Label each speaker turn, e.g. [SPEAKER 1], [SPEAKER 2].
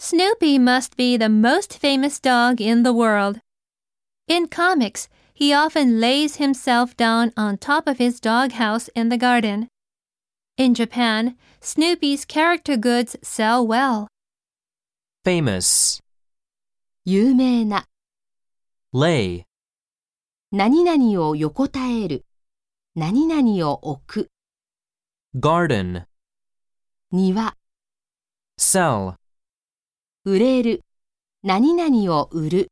[SPEAKER 1] Snoopy must be the most famous dog in the world. In comics, he often lays himself down on top of his doghouse in the garden. In Japan, Snoopy's character goods sell well.
[SPEAKER 2] famous,
[SPEAKER 3] 有名な
[SPEAKER 2] lay,
[SPEAKER 3] 何々を横たえる何々を置く
[SPEAKER 2] garden,
[SPEAKER 3] 庭
[SPEAKER 2] sell,
[SPEAKER 3] 売れる何々を売る